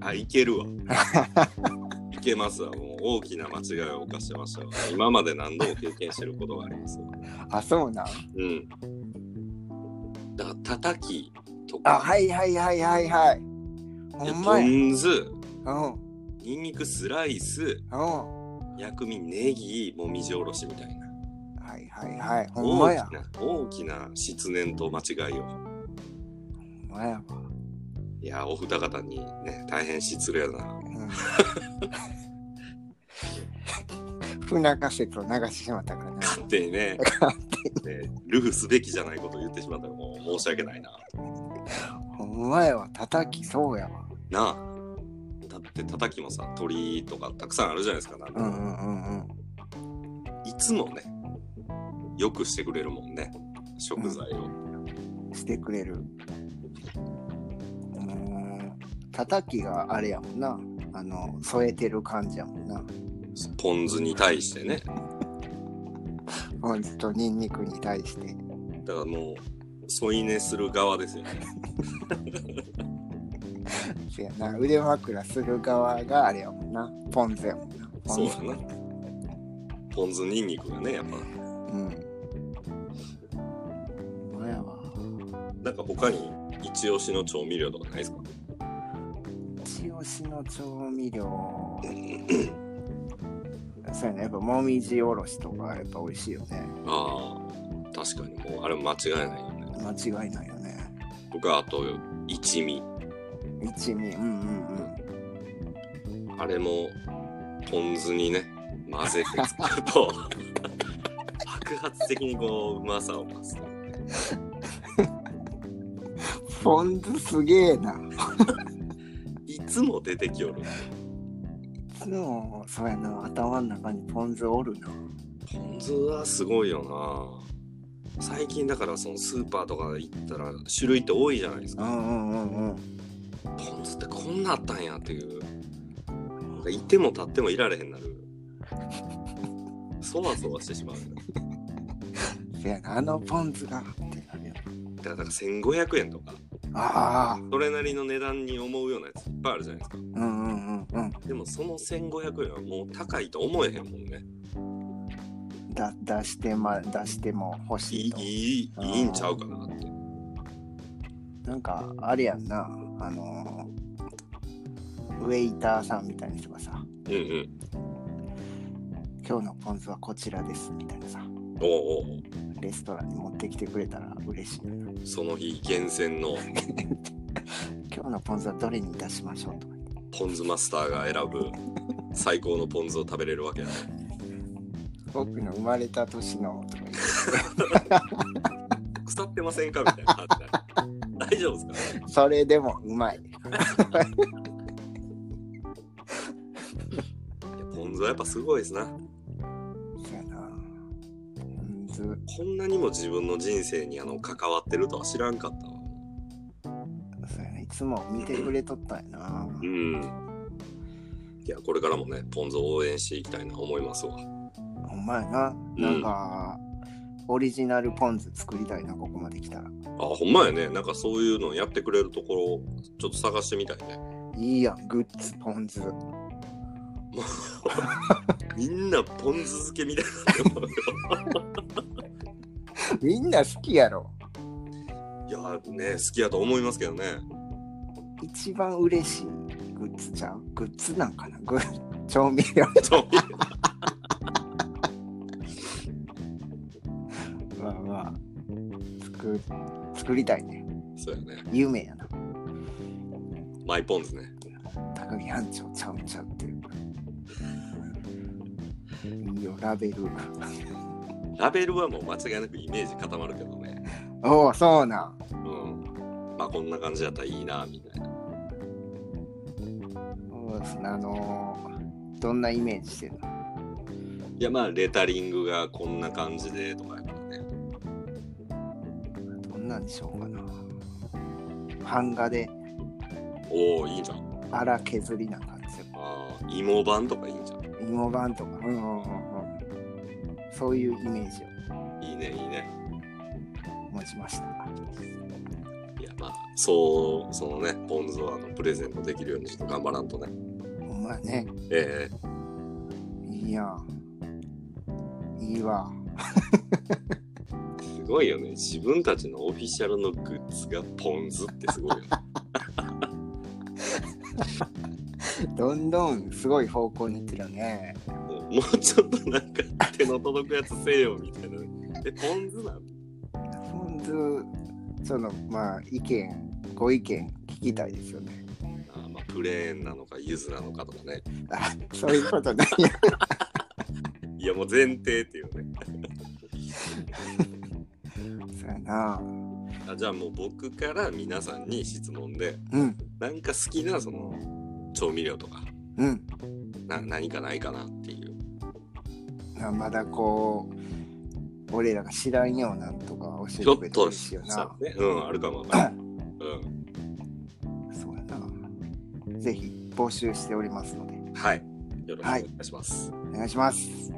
Speaker 2: あいけ るわいけますわもう大きな間違いを犯してましたわ今まで何度も経験してることがありますわ
Speaker 1: あ、そうなん。
Speaker 2: うんだから叩きと
Speaker 1: あ、
Speaker 2: か、
Speaker 1: はいはいはいはいはい。ほ
Speaker 2: で
Speaker 1: ん
Speaker 2: ポ
Speaker 1: まや。
Speaker 2: ン酢
Speaker 1: うん、
Speaker 2: ニンニクスライス
Speaker 1: うん。
Speaker 2: 薬味ネギもみじおろしみたいな
Speaker 1: はいはいはい。ほんま
Speaker 2: 大き
Speaker 1: や。
Speaker 2: な大きな失念と間違いを
Speaker 1: ほんまやわ。
Speaker 2: いやお二方にね大変失礼な
Speaker 1: うん不仲説を流してしまったからね。
Speaker 2: 勝手にねねルフすべきじゃないことを言ってしまったらもう申し訳ないな
Speaker 1: ほんまやわ。叩きそうやわ。
Speaker 2: なあだって叩きもさ鳥とかたくさんあるじゃないですかなんか
Speaker 1: うんうんうんうん。
Speaker 2: いつもねよくしてくれるもんね食材を、
Speaker 1: してくれる。うーん。叩きがあれやもんな。あの、添えてる感じやもんな。
Speaker 2: ポン酢に対してね
Speaker 1: ほんと、ニンニクに対して。
Speaker 2: だからもう添い寝する側ですよね
Speaker 1: せやな。腕枕する側があれやもんな。ポン酢やもんな。ポ
Speaker 2: そう
Speaker 1: ン
Speaker 2: や
Speaker 1: 酢。
Speaker 2: な。ポン酢ニンニクがね、やっぱ。
Speaker 1: うん。ほんまやわ。
Speaker 2: なんか他に一押しの調味料とかないですか
Speaker 1: 一押しの調味料。 そうやね。やっぱ、もみじおろしとか、やっぱ美味しいよね。
Speaker 2: ああ、確かにもうあれ間違いないよね。
Speaker 1: 間違いないよね。
Speaker 2: 僕はあと一味。
Speaker 1: 一味。うんうんうん。
Speaker 2: あれもポン酢にね、混ぜて作る と、爆発的にこう、うまさを増すと。
Speaker 1: ポン酢すげえな。
Speaker 2: いつも出てきよる。
Speaker 1: いつもそうやな頭の中にポン酢おるな
Speaker 2: ポン酢はすごいよな。最近だからそのスーパーとか行ったら種類って多いじゃないです
Speaker 1: ん
Speaker 2: か。
Speaker 1: うんうん
Speaker 2: ポン酢ってこんなあったんやっていうなんかいても立ってもいられへんなるそわそわしてしまう
Speaker 1: せやなあのポン酢がってなるよ
Speaker 2: だからなんか1500円とか
Speaker 1: ああ
Speaker 2: それなりの値段に思うようなやついっぱいあるじゃないです
Speaker 1: うんうんうんうん
Speaker 2: かでもその1500円はもう高いと思えへんもんね
Speaker 1: だ出してま出しても欲し
Speaker 2: い
Speaker 1: い
Speaker 2: い
Speaker 1: と
Speaker 2: いいいいんちゃうかなって
Speaker 1: なんかあれやんなあのーウェイターさんみたいな人がさ
Speaker 2: うんうん
Speaker 1: 「今日のポン酢はこちらです」みたいなさ
Speaker 2: おうおう
Speaker 1: レストランに持ってきてくれたら嬉しいな
Speaker 2: おうその日厳選の
Speaker 1: 「今日のポン酢はどれにいたしましょう」とか言って
Speaker 2: ポン酢マスターが選ぶ最高のポン酢を食べれるわけやね
Speaker 1: 「僕の生まれた年の」とか言って
Speaker 2: 腐ってませんかみたいな感じだね 大丈夫ですか
Speaker 1: 「それでもうまい」
Speaker 2: いやポン酢はやっぱすごいですな
Speaker 1: そうやな。ポン酢、
Speaker 2: こんなにも自分の人生にあの関わってるとは知らんかったわ。
Speaker 1: そうやな。いつも見てくれとったんやな。
Speaker 2: うん。いや、これからもね、ポン酢を応援していきたいな思いますわ。
Speaker 1: ほんまやな。なんか、オリジナルポン酢作りたいな、ここまで来たら。
Speaker 2: あ、ほんまやね。なんかそういうのやってくれるところをちょっと探してみたいね。
Speaker 1: いいやん、グッズ、ポン酢。
Speaker 2: みんなポン酢漬けみたいになって
Speaker 1: みんな好きやろ。
Speaker 2: るよ。 いや、ね、好きやと思いますけどね。
Speaker 1: 一番嬉しいグッズじゃん。グッズなんかな。グッ調味料。
Speaker 2: そう
Speaker 1: まあまあ、作、作りたいね。
Speaker 2: そうやね。
Speaker 1: 夢やな。
Speaker 2: マイポン酢ね。
Speaker 1: 高木班長ちゃうんちゃうっていう。いいよ、ラベル。
Speaker 2: ラベルはもう間違いなくイメージ固まるけどね。
Speaker 1: おお、そうなん。
Speaker 2: うん。まあこんな感じだったらいいな、みたいな。
Speaker 1: そうですね、あのーどんなイメージしてるの
Speaker 2: いやまあレタリングがこんな感じでとかやからね
Speaker 1: どんなんでしょうかな。版画で
Speaker 2: おおいいじゃん
Speaker 1: バラ削りな感じで。
Speaker 2: あー芋版とかいいじゃん
Speaker 1: 芋版とか。うんうんうんうん。そういうイメージ
Speaker 2: いいねいいね
Speaker 1: を持ちました。
Speaker 2: いやまあそうそのねポン酢をあのプレゼントできるようにちょっと頑張らんとね
Speaker 1: ほんまやね。
Speaker 2: ええ
Speaker 1: いいやん。いいわ。
Speaker 2: すごいよね自分たちのオフィシャルのグッズがポン酢ってすごいよね
Speaker 1: どんどんすごい方向に行ってるよね。
Speaker 2: もう ちょっとなんか手の届くやつせよみたいなえポン酢なの
Speaker 1: ほんと、その、まあ、意見、ご意見聞きたいですよね。
Speaker 2: あーまあプレーンなのかゆずなのかとかね
Speaker 1: あ、そういうことね。
Speaker 2: いやもう前提っていうね
Speaker 1: そうやな。
Speaker 2: あじゃあもう僕から皆さんに質問で
Speaker 1: うん、
Speaker 2: なんか好きなその調味料とか
Speaker 1: うん。
Speaker 2: な何かないかなっていう
Speaker 1: なまだこう、俺らが知らんようなんとか教え
Speaker 2: ちょ
Speaker 1: てく
Speaker 2: っ
Speaker 1: れて
Speaker 2: と
Speaker 1: るしよな
Speaker 2: さ。ねうんあるかもわからんうん
Speaker 1: そうやな。ぜひ募集しておりますので、
Speaker 2: はいよろしくお願いします、
Speaker 1: お願いします。